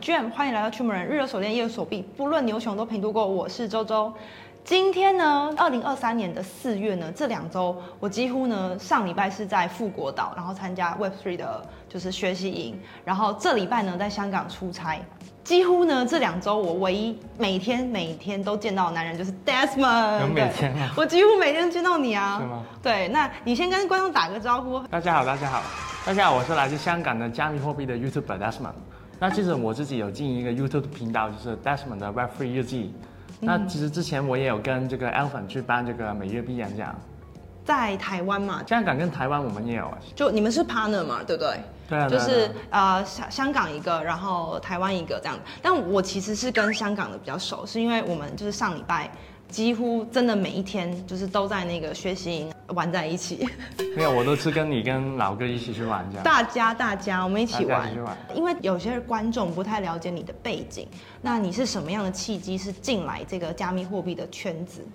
Jam，欢迎来到《驱魔人》，日有所见，夜有所避，不论牛熊都陪度过。我是周周。今天呢，二零二三年的四月呢，这两周我几乎呢上礼拜是在富国岛，然后参加 Web Three 的就是学习营，然后这礼拜呢在香港出差。几乎呢，这两周我唯一每天每天都见到的男人就是 Desmond。有每对天吗我几乎每天见到你啊。是吗？对，那你先跟观众打个招呼。大家好，大家好，大家好，我是来自香港的加密货币的 YouTube Desmond。那其实我自己有经营一个 YouTube 频道，就是 Desmond 的 Web Free 日记。嗯那其实之前我也有跟这个 Alvin 去办这个每月必演讲，在台湾嘛，香港跟台湾我们也有。就你们是 partner 嘛，对不对？对啊，就对啊是对啊呃香香港一个，然后台湾一个这样。但我其实是跟香港的比较熟，是因为我们就是上礼拜几乎真的每一天就是都在那个学习营玩在一起， 没有，我都是跟你跟老哥一起去玩这样。大家大家我们一起大家玩一起去玩。因为有些观众不太了解你的背景，那你是什么样的契机是进来这个加密货币的圈子？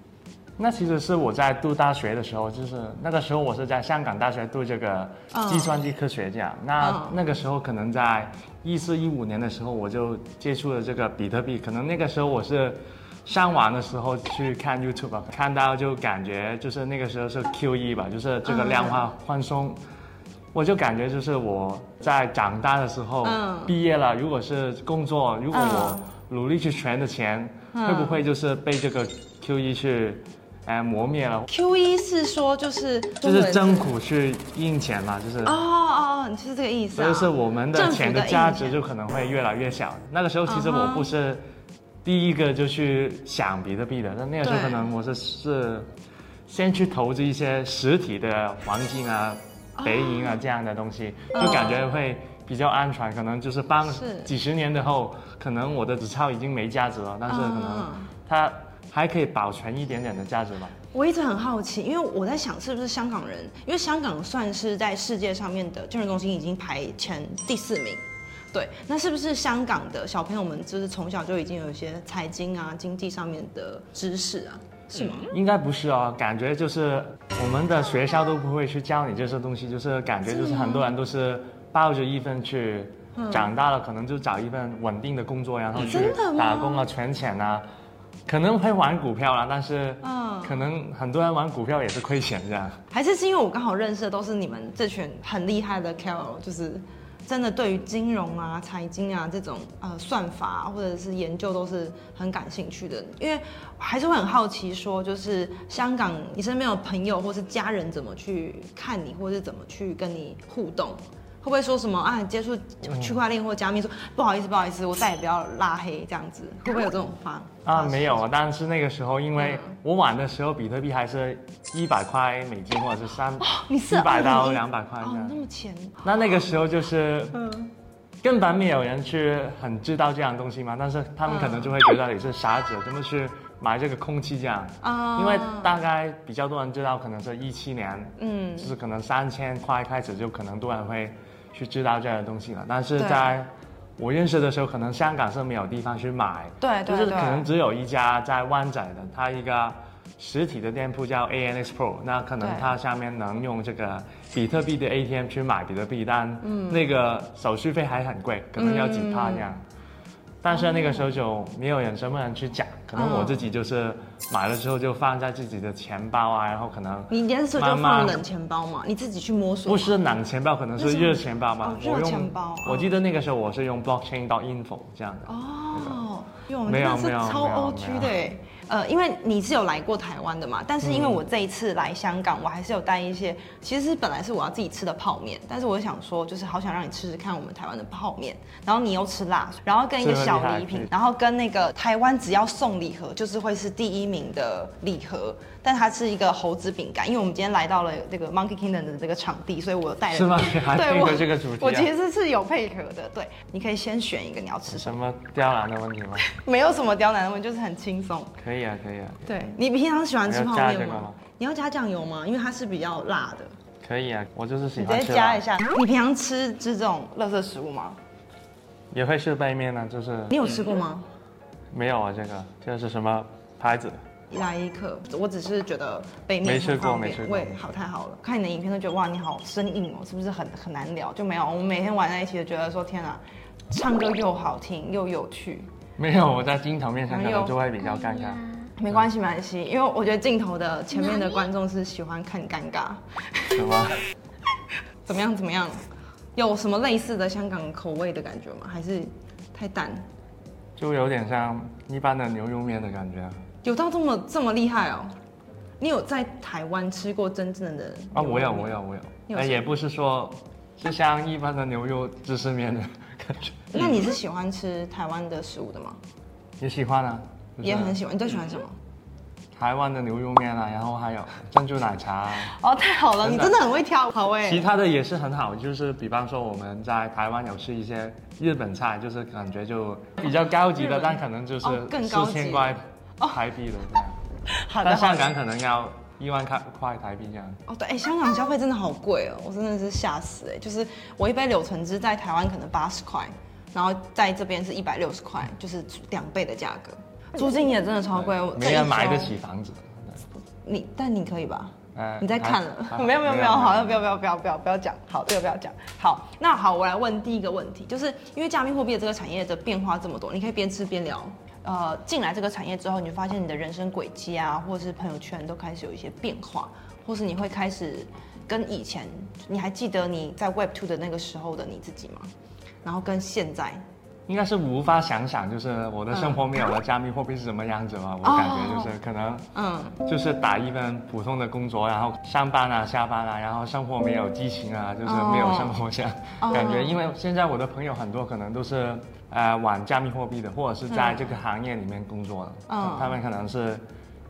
那其实是我在读大学的时候，就是那个时候我是在香港大学读这个嗯计算机科学这样。嗯那那个时候可能在一四一五年的时候，我就接触了这个比特币。可能那个时候我是上网的时候去看 YouTube，吧看到就感觉就是那个时候是 Q E 吧，就是这嗯个量化宽松。我就感觉就是我在长大的时候，嗯毕业了，如果是工作，如果我嗯努力去存的钱，嗯会不会就是被这个 Q E 去，哎、磨灭了？ Q 一是说就是就中文是真苦去印钱嘛，就是，哦哦，哦，你是这个意思所啊？以是我们的政府钱的的价印值钱就可能会越来越小。那个时候其实嗯我哼不是第一个就去想比特币的，那那个时候对可能我是是先去投资一些实体的黄金啊、北银啊这样的东西，嗯就感觉会。比较安全，可能就是帮是几十年的后，可能我的纸钞已经没价值了，但是可能嗯它还可以保存一点点的价值吧。我一直很好奇，因为我在想是不是香港人，因为香港算是在世界上面的金融中心已经排前第四名。对，那是不是香港的小朋友们就是从小就已经有一些财经啊、经济上面的知识啊？是吗？应该不是哦，感觉就是我们的学校都不会去教你这些东西，就是感觉就是很多人都是抱着一份去，长大了可能就找一份稳定的工作，然后去嗯真的吗打工啊、存钱啊，可能会玩股票啦，但是嗯可能很多人玩股票也是亏钱这样。啊还是是因为我刚好认识的都是你们这群很厉害的 KOL，就是真的对于金融啊、财经啊这种呃算法啊、或者是研究都是很感兴趣的。因为还是会很好奇说，就是香港你身边有朋友或是家人怎么去看你，或是怎么去跟你互动。会不会说什么啊？你接触嗯区块链或加密说不好意思，不好意思，我再也不要拉黑这样子，会不会有这种话？啊，没有，啊，但是那个时候因为嗯我玩的时候，比特币还是一百块美金或者是三哦你是一百到2001两百块这哦样，那。么浅，那那个时候就是嗯，根本没有人去很知道这样的东西嘛，但是他们可能就会觉得你是傻子，怎么去买这个空气这样？啊因为大概比较多人知道，可能是一七年，嗯就是可能三千块开始就可能多人会去知道这样的东西了。但是对在我认识的时候，可能香港是没有地方去买，对就哎对是对，可能只有一家在湾仔的，它一个实体的店铺叫 ANX Pro，那可能对它下面能用这个比特币的 ATM 去买比特币，但那个手续费还很贵，嗯可能要几趴这样。但是那个时候就没有人什么人去讲，嗯可能我自己就是买了之后就放在自己的钱包啊，然后可能你那时候就慢慢放冷钱包嘛，你自己去摸索。不是冷钱包，可能是热钱包嘛哦。我热用钱包我记得那个时候我是用 blockchain.info 这样的。哦，哟，你没有真的是没有超没有 O G 的耶。呃，因为你是有来过台湾的嘛，但是因为嗯我这一次来香港，我还是有带一些，其实本来是我要自己吃的泡面，但是我想说，就是好想让你吃吃看我们台湾的泡面，然后你又吃辣，然后跟一个这个小厉害礼可品以，然后跟那个台湾只要送礼盒，就是会是第一名的礼盒，但它是一个猴子饼干，因为我们今天来到了这个 Monkey Kingdom 的这个场地，所以我有带了 是吗你还对配合我这个主题啊我其实是有配合的，对，你可以先选一个你要吃什么。什么刁难的问题吗？没有什么刁难的问题，就是很轻松。可以啊，可以啊。对你平常喜欢吃泡我要加这面个吗吗？你要加酱油吗？因为它是比较辣的，可以啊，我就是喜你欢直吃接辣加一下。你平常吃吃这种垃圾食物吗？也会是背面呢，啊就是你有吃过吗？没有啊，这个这是什么牌子？来一克，我只是觉得北面没吃很过方没便吃过胃好太好了。看你的影片都觉得哇，你好生硬哦，是不是很很难聊？就没有，我们每天玩在一起就觉得说天啊，唱歌又好听又有趣。 没有，我在镜头面前哎可呦能就会比较尴尬。没关系，没关系，因为我觉得镜头的前面的观众是喜欢看尴尬，什么？怎么样怎么样？有什么类似的香港口味的感觉吗？还是太淡？就有点像一般的牛肉面的感觉啊有到这么这么厉害哦？你有在台湾吃过真正的啊！我牛有，肉我面有，我有。你有哎吃也不是说，就像一般的牛肉芝士面的感觉。那你是喜欢吃台湾的食物的吗？也喜欢啊，就是也很喜欢。你最喜欢什么？台湾的牛肉面啊，然后还有珍珠奶茶啊、哦，太好了，真你的啊真的很会挑口味。其他的也是很好，就是比方说我们在台湾有吃一些日本菜，就是感觉就比较高级的，日本但可能就是哦更高四级哦千块台币的这样， 好的但好香的。港可能要一万块块台币这样。哦，对，哎，香港消费真的好贵哦，我真的是吓死哎！就是我一杯柳橙汁在台湾可能八十块，然后在这边是一百六十块，就是两倍的价格。租金也真的超贵，我这没一人买周得起房子。你，但你可以吧？呃你在看了？还 没有没有没有，哎好，不要有不要不要不要不要讲，好，这个不要讲。好，那好，我来问第一个问题，就是因为加密货币的这个产业的变化这么多，你可以边吃边聊。呃，进来这个产业之后，你就发现你的人生轨迹啊，或者是朋友圈都开始有一些变化，或是你会开始跟以前，你还记得你在 Web Two 的那个时候的你自己吗？然后跟现在，应该是无法想象，就是我的生活没有了加密货币是什么样子吧？我哦感觉就是可能嗯，就是打一份普通的工作，然后上班啊、下班啊，然后生活没有激情啊，就是没有生活想、哦感觉。因为现在我的朋友很多可能都是呃玩加密货币的，或者是在这个行业里面工作的，嗯他们可能是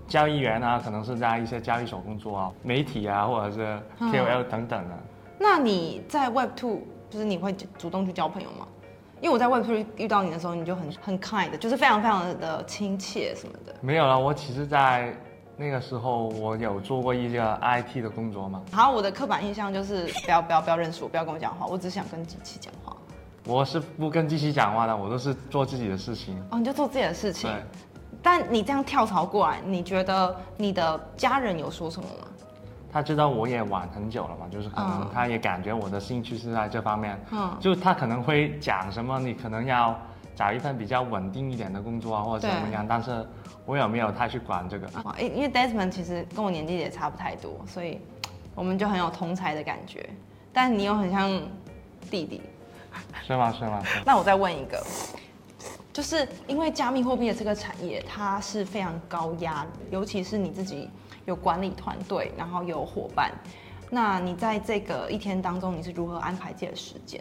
交易员啊，可能是在一些交易所工作啊、媒体啊，或者是 KOL 等等的。那你在 Web Two 就是你会主动去交朋友吗？因为我在 Web Two 遇到你的时候，你就很很 kind 的，就是非常非常的亲切什么的。没有了，我其实，在那个时候我有做过一个 IT 的工作嘛，然后我的刻板印象就是不要不要不要认识我，不要跟我讲话，我只想跟机器讲话。我是不跟机器讲话的，我都是做自己的事情。哦，你就做自己的事情对。，但你这样跳槽过来，你觉得你的家人有说什么吗？他知道我也玩很久了嘛，就是可能嗯他也感觉我的兴趣是在这方面，嗯，就他可能会讲什么，你可能要找一份比较稳定一点的工作啊，或者怎么样，但是我有没有太去管这个？啊，因因为 Desmond 其实跟我年纪也差不太多，所以我们就很有同才的感觉。但你又很像弟弟，是吗？是吗？是吗那我再问一个，就是因为加密货币的这个产业，它是非常高压，尤其是你自己有管理团队，然后有伙伴，那你在这个一天当中，你是如何安排自己的时间？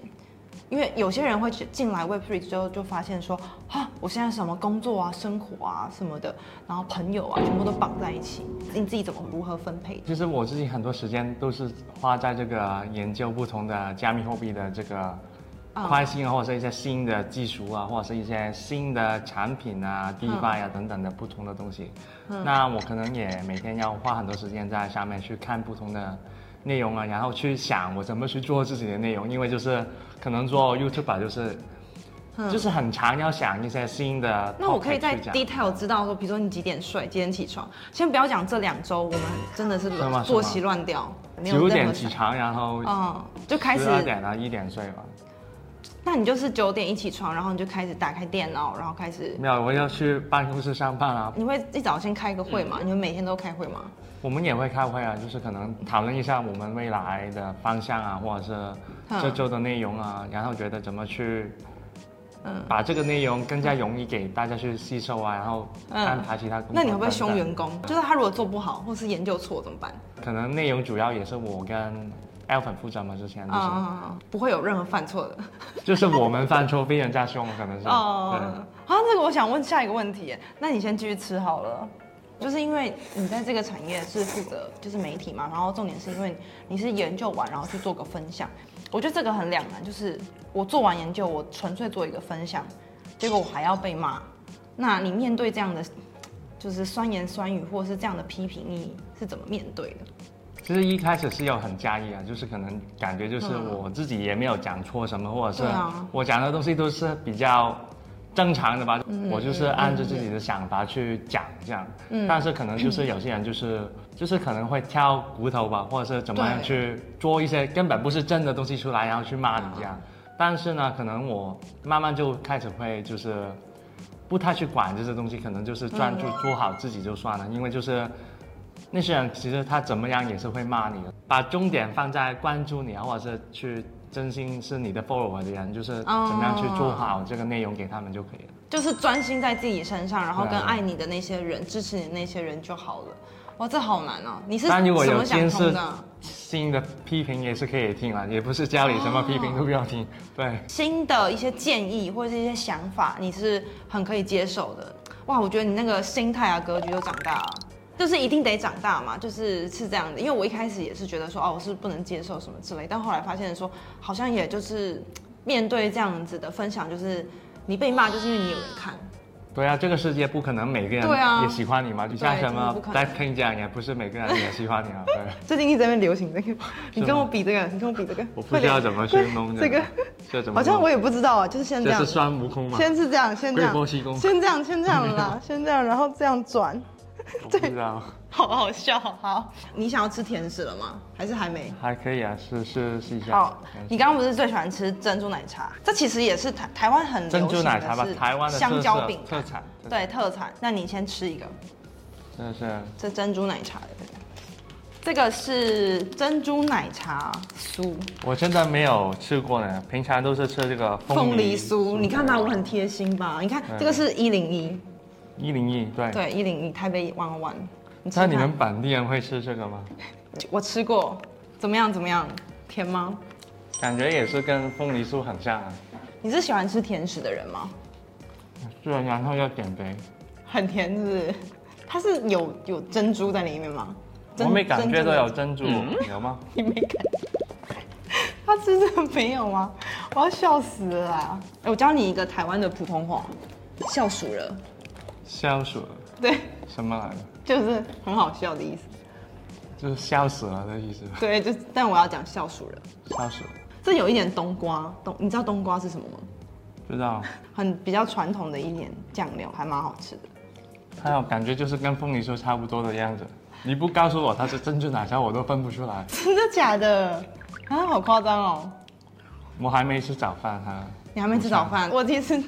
因为有些人会进来 Web Three 之后，就发现说，啊，我现在什么工作啊、生活啊什么的，然后朋友啊，全部都绑在一起，你自己怎么如何分配？其实我自己很多时间都是花在这个研究不同的加密货币的这个嗯宽心啊，或者是一些新的技术啊，或者是一些新的产品啊、地方呀等等的不同的东西。那我可能也每天要花很多时间在上面去看不同的内容啊，然后去想我怎么去做自己的内容，因为就是可能做 YouTube 吧，就是、就是很常要想一些新的 topic 去讲。那我可以在 detail 知道说，比如说你几点睡，几点起床。先不要讲这两周，我们真的是是吗作息乱掉，没有九任何点起床，然后嗯，就开始十。二点啊一点睡吧。那你就是九点一起床，然后你就开始打开电脑，然后开始。没有，我要去办公室上班啊。你会一早先开个会吗？嗯你们每天都开会吗？我们也会开会啊，就是可能讨论一下我们未来的方向啊，或者是这周的内容啊，然后觉得怎么去，嗯把这个内容更加容易给大家去吸收啊，然后嗯安排其他工作。那你会不会凶员？工？就是他如果做不好，或是研究错怎么办？可能内容主要也是我跟 a l v i n 负责嘛，之前啊、就是、不会有任何犯错的。就是我们犯错被人家凶，可能是。哦、对啊，这个我想问下一个问题耶，那你先继续吃好了。就是因为你在这个产业是负责就是媒体嘛，然后重点是因为你是研究完然后去做个分享，我觉得这个很两难，就是我做完研究，我纯粹做一个分享，结果我还要被骂。那你面对这样的就是酸言酸语或者是这样的批评，你是怎么面对的？其实一开始是有很压抑啊，就是可能感觉就是我自己也没有讲错什么，或者嗯是对啊我讲的东西都是比较正常的吧，嗯我就是按着自己的想法去讲这样。但是可能就是有些人就是就是可能会挑骨头吧，或者是怎么样对嗯去做一些根本不是真的东西出来，然后去骂你这样。但是呢，可能我慢慢就开始会就是不太去管这些东西，可能就是专嗯注做好自己就算了，因为就是那些人其实他怎么样也是会骂你的，把重点放在关注你啊，或者是去真心是你的 follower 的人，就是怎哦么样去做好这个内容给他们就可以了。就是专心在自己身上，然后跟对啊爱你的那些人、支持你的那些人就好了。哇，这好难哦！你是但如果怎有么想新通是的啊？新的批评也是可以听了，也不是教你什么批评都不要听，对。新的一些建议或者是一些想法，你是很可以接受的。哇，我觉得你那个心态啊、格局都长大了，就是一定得长大嘛，就是是这样的。因为我一开始也是觉得说，哦，我是不能接受什么之类，但后来发现说，好像也就是面对这样子的分享，就是你被骂，就是因为你有人看。对啊，这个世界不可能每个人对啊也喜欢你嘛，就像对什真的么不可能 Blackpink 这样，也不是每个人也喜欢你啊。对，最近一直在那边流行这个，你跟我比这个，你跟我比这个，我不快知点道怎么去弄 这个，这怎么弄？好像我也不知道啊，就是先这这样是，孙悟空嘛？先是这样，先这龟样，波气功，先这样，先这样了 啦，先这样，然后这样转，我不知道， 好好笑。好，你想要吃甜食了吗？还是还没？还可以啊，试试试一下。好，你刚刚不是最喜欢吃珍珠奶茶？这其实也是台台湾很流珍行的珠奶茶吧是，台湾的特香色蕉饼干特产，对特产。那你先吃一个，真的是这珍珠奶茶的，这个是珍珠奶茶酥，我真的没有吃过呢，平常都是吃这个凤梨酥。你看吧，我很贴心吧？你看对这个是一零一，一零一对。对一零一台北弯弯。你吃那你看们本地人会吃这个吗？我吃过，怎么样？怎么样？甜吗？感觉也是跟凤梨酥很像啊。你是喜欢吃甜食的人吗？是，啊然后要减肥。很甜是不是？它是有有珍珠在里面吗？我珍没感觉到，珍有珠珍珠，有吗？你没感觉？它真的没有吗？ 我要笑死了啦！哎我教你一个台湾的普通话，笑鼠了，消暑对，什么来着？就是很好笑的意思。就是笑死了的意思，对，就但我要讲笑鼠了，笑死了，这有一点冬瓜，冬你知道冬瓜是什么吗？不知道。很比较传统的一点酱料，还蛮好吃的。还有感觉就是跟凤梨酥差不多的样子。你不告诉我它是珍珠奶茶，我都分不出来。真的假的？啊，好夸张哦！我还没吃早饭哈、你还没吃早饭，我第一次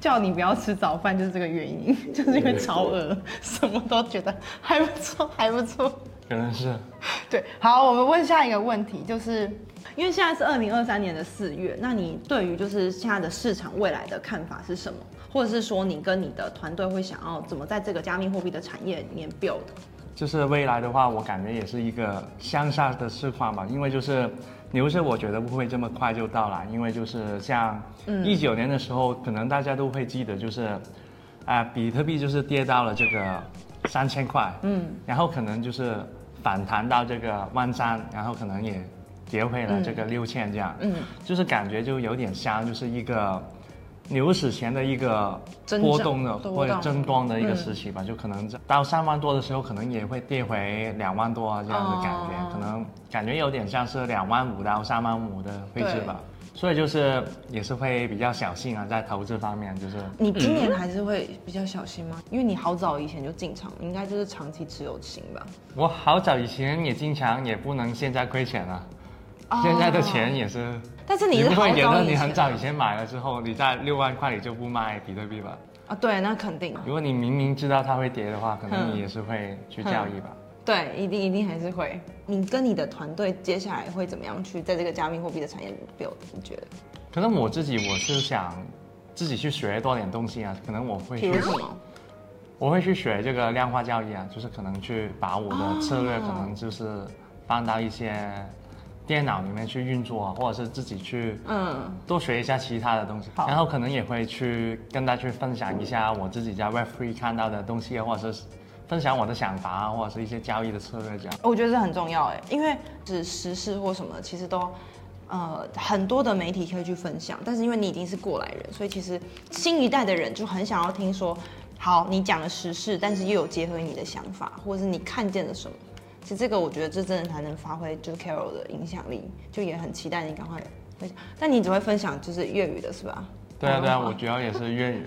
叫你不要吃早饭就是这个原因， 就是因为超饿， 什么都觉得还不错，还不错。可能是对，好，我们问下一个问题，就是因为现在是二零二三年的四月，那你对于就是现在的市场未来的看法是什么？或者是说你跟你的团队会想要怎么在这个加密货币的产业里面 build？就是未来的话，我感觉也是一个向下的市况吧，因为就是牛市，我觉得不会这么快就到来，因为就是像嗯一九年的时候，可能大家都会记得，就是啊、比特币就是跌到了这个三千块，嗯，然后可能就是反弹到这个万三，然后可能也跌回了这个六千这样，嗯，就是感觉就有点像就是一个牛市前的一个增长波动的波或者动增光的一嗯个时期吧，就可能到三万多的时候，可能也会跌回两万多啊这样的感觉，哦可能感觉有点像是两万五到三万五的配置吧。所以就是也是会比较小心啊，在投资方面就是你今年还是会比较小心吗？因为你好早以前就进场，应该就是长期持有型吧？我好早以前也经常也不能现在亏钱啊，哦 现在的钱也是。但是你是不好会早以觉前啊得你很早以前买了之后，你在六万块你就不卖比特币吧？啊，对，那肯定，如果你明明知道它会跌的话，可能嗯你也是会去交易吧。对，一定一定还是会。你跟你的团队接下来会怎么样去在这个加密货币的产业里 build？你觉得？可能我自己我是想自己去学多点东西啊，可能我会比去如什么？我会去学这个量化交易啊，就是可能去把我的策略哦可能就是放到一些电脑里面去运作啊，或者是自己去嗯，多学一下其他的东西，好然后可能也会去跟大家去分享一下我自己在 Web Three 看到的东西啊，或者是分享我的想法啊，或者是一些交易的策略这样。我觉得这很重要哎，因为是时事或什么，其实都。呃，很多的媒体可以去分享，但是因为你已经是过来人，所以其实新一代的人就很想要听说，好，你讲了时事，但是又有结合你的想法，或者是你看见了什么。其实这个我觉得这真的才能发挥就是 Carol 的影响力，就也很期待你赶快分享。但你只会分享就是粤语的是吧？对啊对啊，好我主要也是粤语，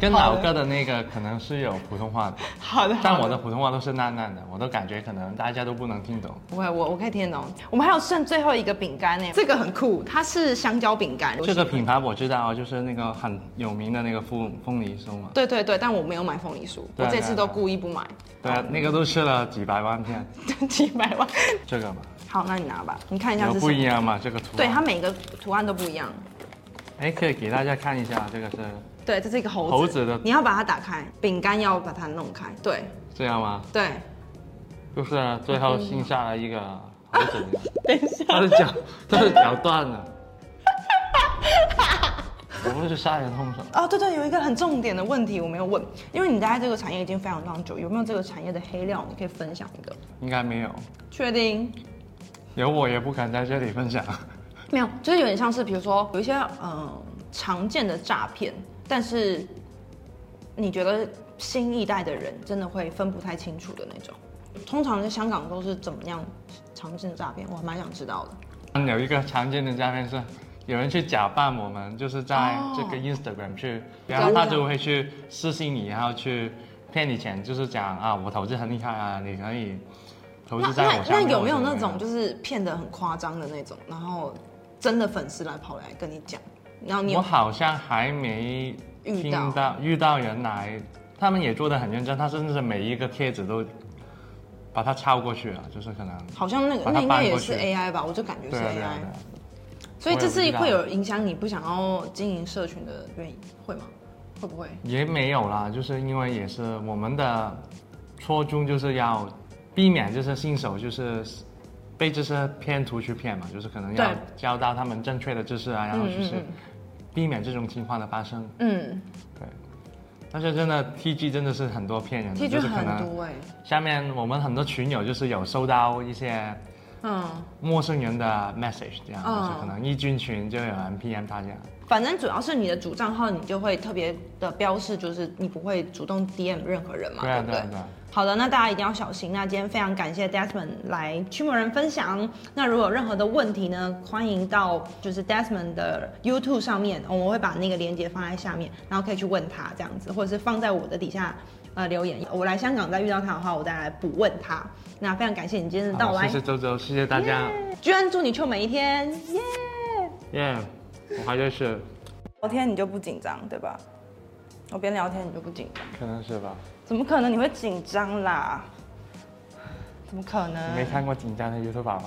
跟好老的哥的那个可能是有普通话的，好的，但我的普通话都是烂烂的，我都感觉可能大家都不能听懂。不会，我我可以听得懂。我们还有剩最后一个饼干呢，这个很酷，它是香蕉饼干。这个品牌我知道，就是那个很有名的那个凤凤梨酥嘛。对对对，但我没有买凤梨酥，我对啊这次都对啊故意不买， 对啊，那个都吃了几百万片，几百万。这个嘛，好， 那你拿吧，你看一下有是什不一么。样嘛？这个图对，它案。每个图案都不一样。哎，可以给大家看一下，这个是对，这是一个猴子。猴子的你要把它打开，饼干要把它弄开。对这样吗？对，就是最后剩下了一个猴子，嗯 等一下，他的脚，他的脚断 了。我不是杀人凶手，哦，对对，有一个很重点的问题我没有问，因为你待在这个产业已经非常非常久，有没有这个产业的黑料？你可以分享一个。应该没有，确定？有我也不敢在这里分享。没有，就是有点像是，比如说有一些嗯、呃常见的诈骗，但是你觉得新一代的人真的会分不太清楚的那种。通常在香港都是怎么样常见的诈骗？我还蛮想知道的。有一个常见的诈骗是，有人去假扮我们，就是在这哦个 Instagram 去，然后他就会去私信你，然后去骗你钱，就是讲啊，我投资很厉害啊，你可以投资在那我上那面。有没有那我种就就是骗得很夸张的那种，然后真的粉丝来跑来跟你讲，然后你没有我有好像还没遇听到到遇到人来，他们也做的很认真，他甚至是每一个帖子都把它抄过去了，啊就是可能好像那个把它那应该搬也过是去 AI 吧？我就感觉是对啊对 AI，、啊对啊。所以这我是也不知道会有影响你不想要经营社群的原因，会吗？会不会？也没有啦，就是因为也是我们的初衷就是要避免就是新手就是被这些骗徒去骗嘛，就是可能要对教到他们正确的知识啊，然后就是避免这种情况的发生。嗯。但是真的 T G 真的是很多骗人的， T 就就是可很能多哎、下面我们很多群友就是有收到一些嗯，陌生人的 message 这样，嗯就是可能一进群就有人 P M 他这样。反正主要是你的主账号，你就会特别的标示，就是你不会主动 DM 任何人嘛，对啊不对对？啊对啊。好的，那大家一定要小心。那今天非常感谢 Desmond 来驱魔人分享。那如果有任何的问题呢，欢迎到就是 Desmond 的 YouTube 上面，我们会把那个链接放在下面，然后可以去问他这样子，或者是放在我的底下呃留言。我来香港再遇到他的话，我再来补问他。那非常感谢你今天的到好来谢，谢周周，谢谢大家，居然祝你臭美一天，耶、耶、我还认识，聊天你就不紧张，对吧？我边聊天你就不紧张，可能是吧。怎么可能你会紧张啦？怎么可你能没？看过紧张的 YouTube 吗？